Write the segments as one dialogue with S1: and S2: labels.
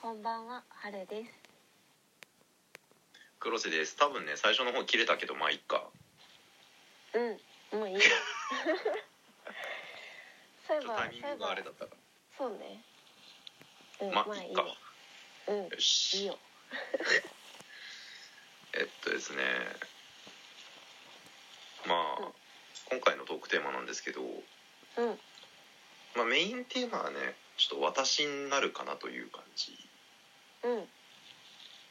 S1: こんばんは、はるです。
S2: 黒瀬です多分ね最初の方切れたけどまあいっか
S1: うん、もういいよ。 そういえ
S2: ちょっ
S1: ば、
S2: とタ
S1: そう
S2: イ
S1: い
S2: ミン
S1: え
S2: グがあ
S1: ば
S2: れ、だったか
S1: そうね。うん、
S2: らまあいっか
S1: ようん、
S2: よ
S1: いい
S2: し
S1: よ。
S2: えっとですねま
S1: う
S2: あ
S1: ん
S2: 今回のトークテーマなんですけど、
S1: うん、
S2: まあ、メインテーマはねちょっと私になるかなという感じ
S1: うん、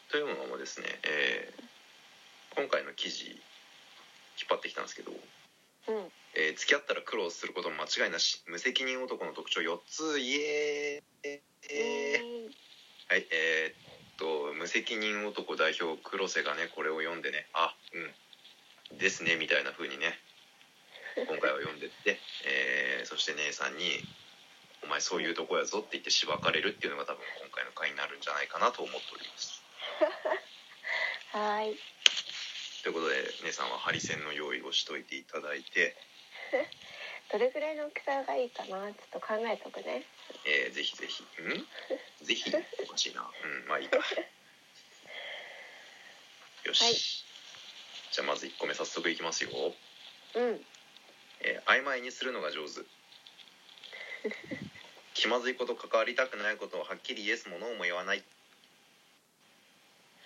S2: というのもですね、えー今回の記事引っ張ってきたんですけど、
S1: うん。
S2: えー付き合ったら苦労することも間違いなし無責任男の特徴4つイエーイ、
S1: え
S2: はい、えーっと、無責任男代表、黒瀬がね、これを読んでね、あ、うん、ですね、みたいな風にね、今回は読んでって、 えーそして姉さんに、お前そういうとこやぞって言ってしばかれるっていうのが多分今回の回になるんじゃないかなと思っております。
S1: ー、はーい。
S2: ということで、姉さんはハリセンの用意をしといていただいて、
S1: どれぐらいの大きさがいいかな、ちょっと考えとくね。
S2: えーぜひぜひ、んぜひ、おかしいな。うん、まあいいか。よし。
S1: はい
S2: じゃあまず1個目早速いきますよ。
S1: うん、
S2: えー曖昧にするのが上 手気まずいこと関わりたくないことをはっきりイエスもノーも言わない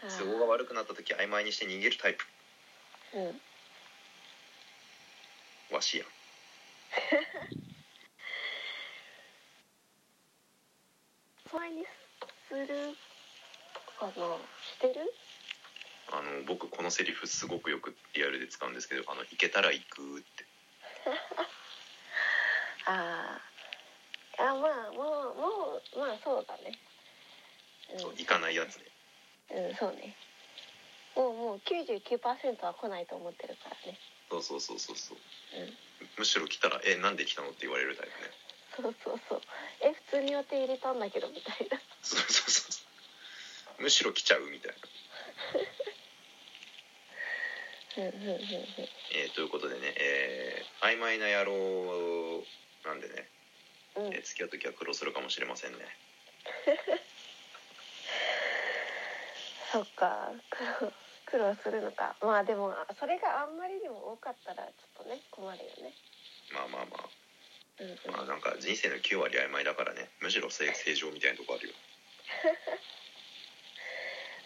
S1: あー
S2: 都合が悪くなった時曖昧にして逃げるタイプ
S1: うん、
S2: わしやん
S1: お前にする。かな、してる。
S2: あの僕このセリフすごくよくリアルで使うんですけど「あの行けたら行く」って
S1: ああ。あ、まあ、もう、もう、まあ、そうだね。
S2: そう
S1: うん
S2: 行かないやつね
S1: うん、そうね。もうもう99%は来ないと思ってるからね。
S2: そうそうそうそうそう
S1: うん。
S2: むしろ来たら「えなんで来たの?」って言われるタイプね
S1: そうそうそう。え、普通に予定入れたんだけどみたいな。
S2: そうそうそうそうむしろ来ちゃうみたいな、
S1: うんうんうんうん。
S2: えーということでね、えー曖昧な野郎なんでね、
S1: うん
S2: えー付き合う時は苦労するかもしれませんね
S1: そっか。苦労 苦労するのか。まあでもそれがあんまりにも多かったらちょっとね困るよね。
S2: まあまあまあ
S1: うんうん。
S2: まあなんか人生の9割曖昧だからねむしろ 正正常みたいなとこあるよ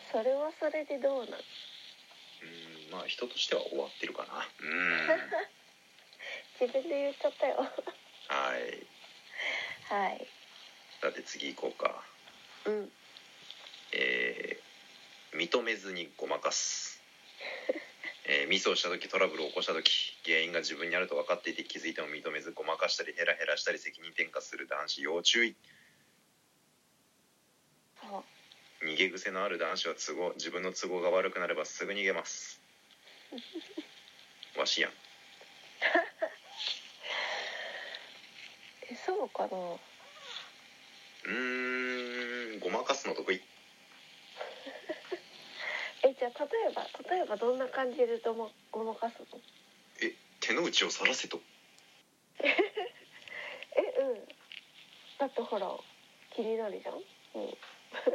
S1: それはそれでどうなの。
S2: うーんまあ人としては終わってるかなうーん
S1: 自分で言っちゃったよ。
S2: はい
S1: はい。
S2: だって次行こうか
S1: うん。
S2: えー認めずにごまかす、えーミスをした時トラブルを起こした時原因が自分にあると分かっていて気づいても認めずごまかしたりヘラヘラしたり責任転嫁する男子要注意
S1: そう。
S2: 逃げ癖のある男子は都合自分の都合が悪くなればすぐ逃げます わしやん
S1: え、そうかな。
S2: うーんごまかすの得意
S1: え、じゃあ例えば例えばどんな感じでごまごまかすの。
S2: え手の内をさらせと
S1: えうんだってほら気になるじゃんう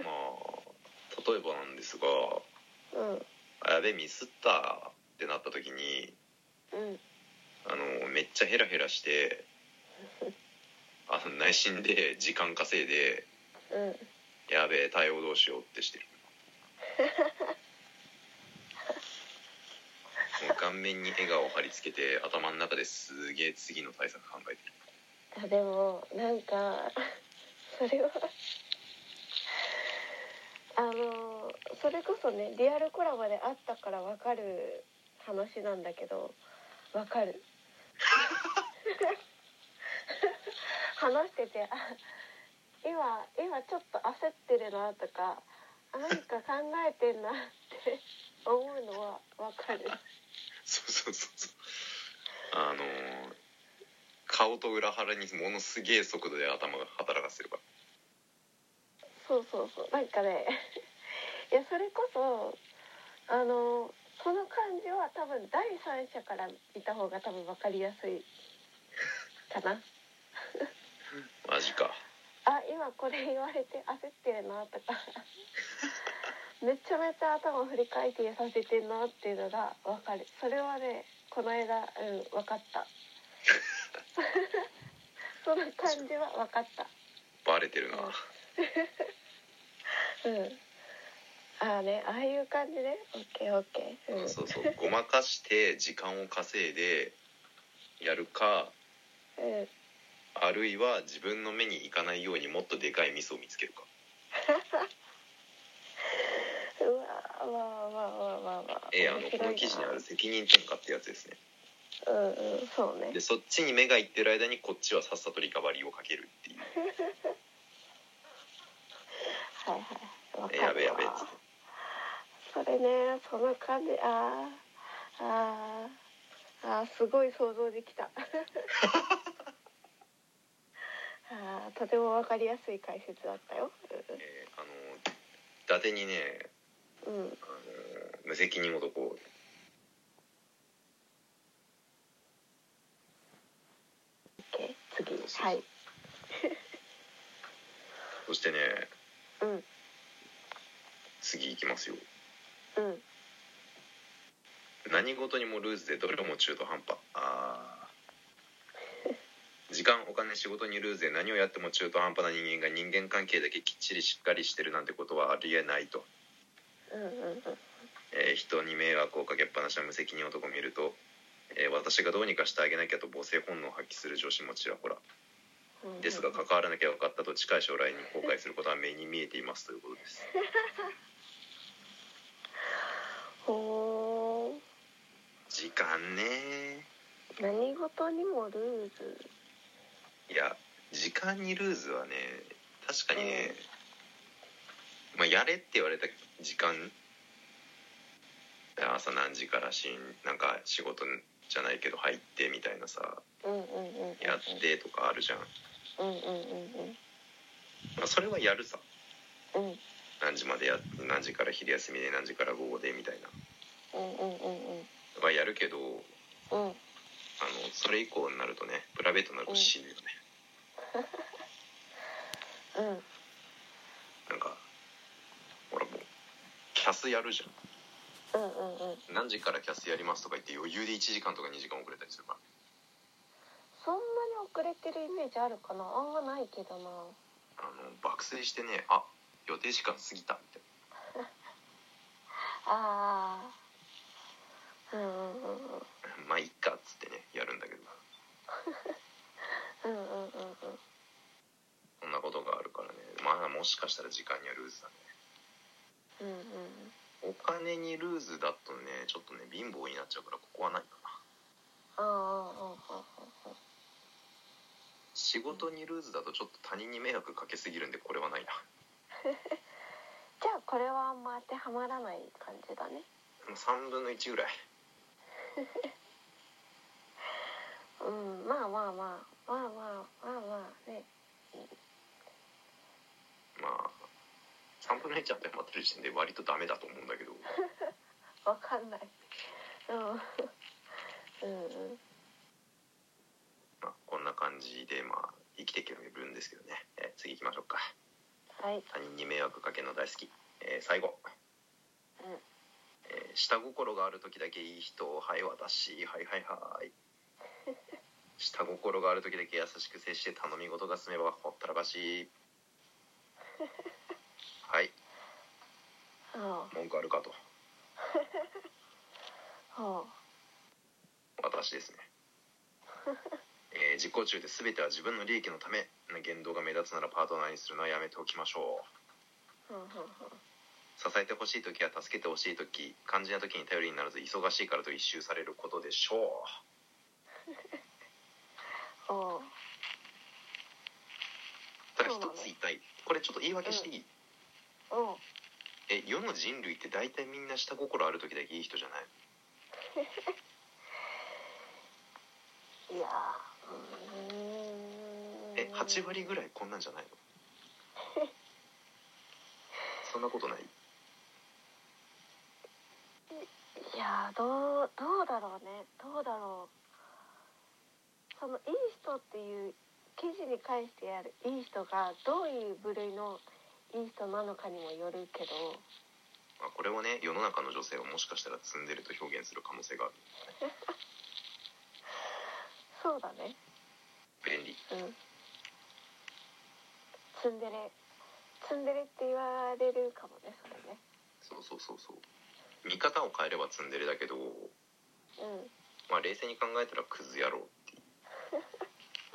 S2: まあ例えばなんですが
S1: んうん
S2: 「あやべミスった」ってなった時に
S1: うん
S2: あのめっちゃヘラヘラしてあの内心で時間稼いで
S1: うん
S2: 「やべえ対応どうしよう」ってしてるもう顔面に笑顔を貼り付けて頭の中ですげえ次の対策考えてる
S1: あでもなんか それはあのそれこそねリアルコラボであったからわかる話なんだけどわかる 話しててあ今今ちょっと焦ってるなとかあ何か考えてんなって思うのはわかる
S2: そうそうそうそうあの顔と裏腹にものすげえ速度で頭が働かせてるから
S1: そうそうそうなんかね いやそれこそあのその感じは多分第三者から見た方が多分分かりやすいかな
S2: マジか
S1: あ今今これ言われて焦ってるなとか めちゃめちゃ頭振り回転させてんなっていうのが分かるそれはねこの間うん分かった その感じは分かった
S2: バレてるな
S1: うんうんああねああいう感じねオッケーオッケーうん
S2: そうそうごまかして時間を稼いでやるか
S1: うん
S2: あるいは自分の目にいかないようにもっとでかいミスを見つけるか
S1: うわーわあわあわあわあわあ
S2: ええあ
S1: 面
S2: の
S1: 白い
S2: こ
S1: な
S2: の記事にある責任転嫁ってやつですね
S1: うんうんそうね
S2: でそっちに目がいってる間にこっちはさっさとリカバリーをかけるっていう
S1: はいはいわ
S2: え
S1: か
S2: やべ
S1: る
S2: やべっ
S1: わ
S2: つって
S1: それねその感じあーあーあーすごい想像できたあーとてもわかりやすい解説だったよ
S2: えーあの伊達にね、
S1: うんうん
S2: あの無責任男
S1: 次はい
S2: そしてね
S1: うんう
S2: 次行きますよ
S1: ん
S2: 何事にもルーズでどれも中途半端あー 時間お金仕事にルーズで何をやっても中途半端な人間が人間関係だけきっちりしっかりしてるなんてことはありえないと、
S1: うんうんうん
S2: えー人に迷惑をかけっぱなしの無責任男を見ると、えー私がどうにかしてあげなきゃと母性本能を発揮する女子もちらほら
S1: うんうん
S2: ですが関わらなきゃよかったと近い将来に後悔することは目に見えていますということです
S1: ほ
S2: 時間ね
S1: ー何事にもルーズ
S2: いや時間にルーズはね確かにね、まあ、やれって言われた時間朝何時からしんなんか仕事じゃないけど入ってみたいなさ
S1: うんうんうんうん
S2: やってとかあるじゃん、
S1: うんうんうん
S2: まあ、それはやるさ
S1: うんうん
S2: 何時までや何時から昼休みで何時から午後でみたい
S1: うんうんうん
S2: なはやるけどあ
S1: うんうん
S2: のそれ以降になるとねプライベートになると死ぬよね、
S1: うん
S2: なんかほらもうキャスやるじゃん
S1: うんうんうん
S2: 何時からキャスやりますとか言って余裕で1時間とか2時間遅れたりするから
S1: そんなに遅れてるイメージあるかなあんまないけどな
S2: あの爆睡してねあ予定時間過ぎたみたい
S1: ああうんうんうんうん
S2: な まあいっかっつってねやるんだけど
S1: うんうんうんうん
S2: そんなことがあるからねまあもしかしたら時間にはルーズだね
S1: うんうん
S2: お金にルーズだとねちょっとね貧乏になっちゃうからここはないか
S1: あ
S2: な
S1: あああああ
S2: 仕事にルーズだとちょっと他人に迷惑かけすぎるんでこれはないな
S1: じゃあこれはあんま当てはまらない感じだね
S2: もう3分の1ぐらい
S1: うんまあまあまあまあまあまあまあね
S2: まあ3分の1当てはまってる時点で割とダメだと思うんだけど
S1: わかんないうんうんうん
S2: まあ、こんな感じで、まあ、生きていけるんですけどね、えー次行きましょうか
S1: はい
S2: 他人に迷惑かけるの大好き、えー最後、
S1: うん
S2: えー下心がある時だけいい人はい私はいはいはい 下心がある時だけ優しく接して頼み事が済めばほったらか しはい
S1: あ
S2: 文句あるかと
S1: ああ
S2: 私です ねえー実行中で全ては自分の利益のためな言動が目立つならパートナーにするのはやめておきましょう
S1: うんうんうん
S2: 支えてほしい時や助けてほしい時肝心な時に頼りにならず忙しいからと一周されることでしょう
S1: ああ
S2: ただ
S1: そう
S2: 一
S1: なの
S2: つ言いたいこれちょっと言い訳していい、
S1: うん
S2: え世の人類って大体みんな下心ある時だけいい人じゃない
S1: いやーうーん
S2: え8割ぐらいこんなん じゃないのそんなことない
S1: いやーどうどうだろうねどうだろうそのいい人っていう記事に関してやるいい人がどういう部類のいい人なのかにもよるけど
S2: まあ、これをね世の中の女性はもしかしたら積んでると表現する可能性がある
S1: そうだね
S2: 便利
S1: うんツンデレツンデレって言われるかもねそれね
S2: そうそうそうそう見方を変えれば積んでるだけど、
S1: うん
S2: まあ、冷静に考えたらクズ野郎っていう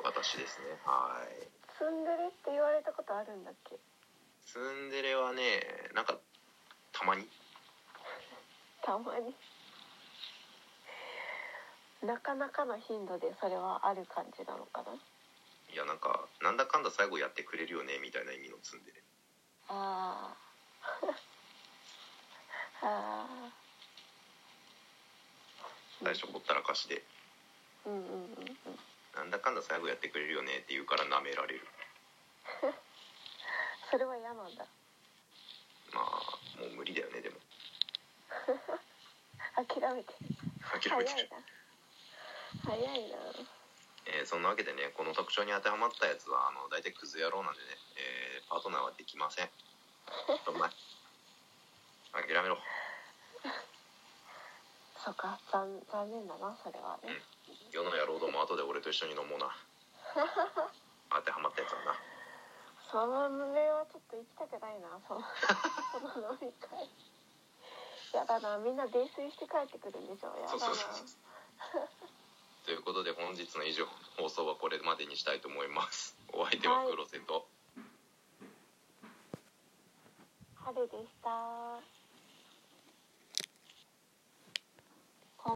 S2: 私ですねはい
S1: ツンデレって言われたことあるんだっけ
S2: ツンデレはねなんかたまに
S1: たまになかなかの頻度でそれはある感じなのかない
S2: やなんかなんだかんだ最後やってくれるよねみたいな意味のツンデレ
S1: あー あー
S2: 最初ほったらかしで
S1: うんうんうんうん
S2: なんだかんだ最後やってくれるよねって言うから舐められる
S1: それは嫌なんだ
S2: まあもう無理だよねでも
S1: 諦めて
S2: 諦
S1: 早い
S2: め
S1: な
S2: てる、
S1: 早いな
S2: えーそんなわけでねこの特徴に当てはまったやつはあの大体クズ野郎なんでね、えーパートナーはできませんどんまい諦めろ
S1: そうか残残念だなそれはね
S2: 世の野郎ども後で俺と一緒に飲 もうな当てはまったやつはな
S1: それはちょっと行きたくないな そのその飲み会やだなみんな泥酔して帰ってくるんでしょやだな
S2: そうそうそうそうということで本日の以上放送はこれまでにしたいと思いますお相手は黒瀬と、
S1: 春でした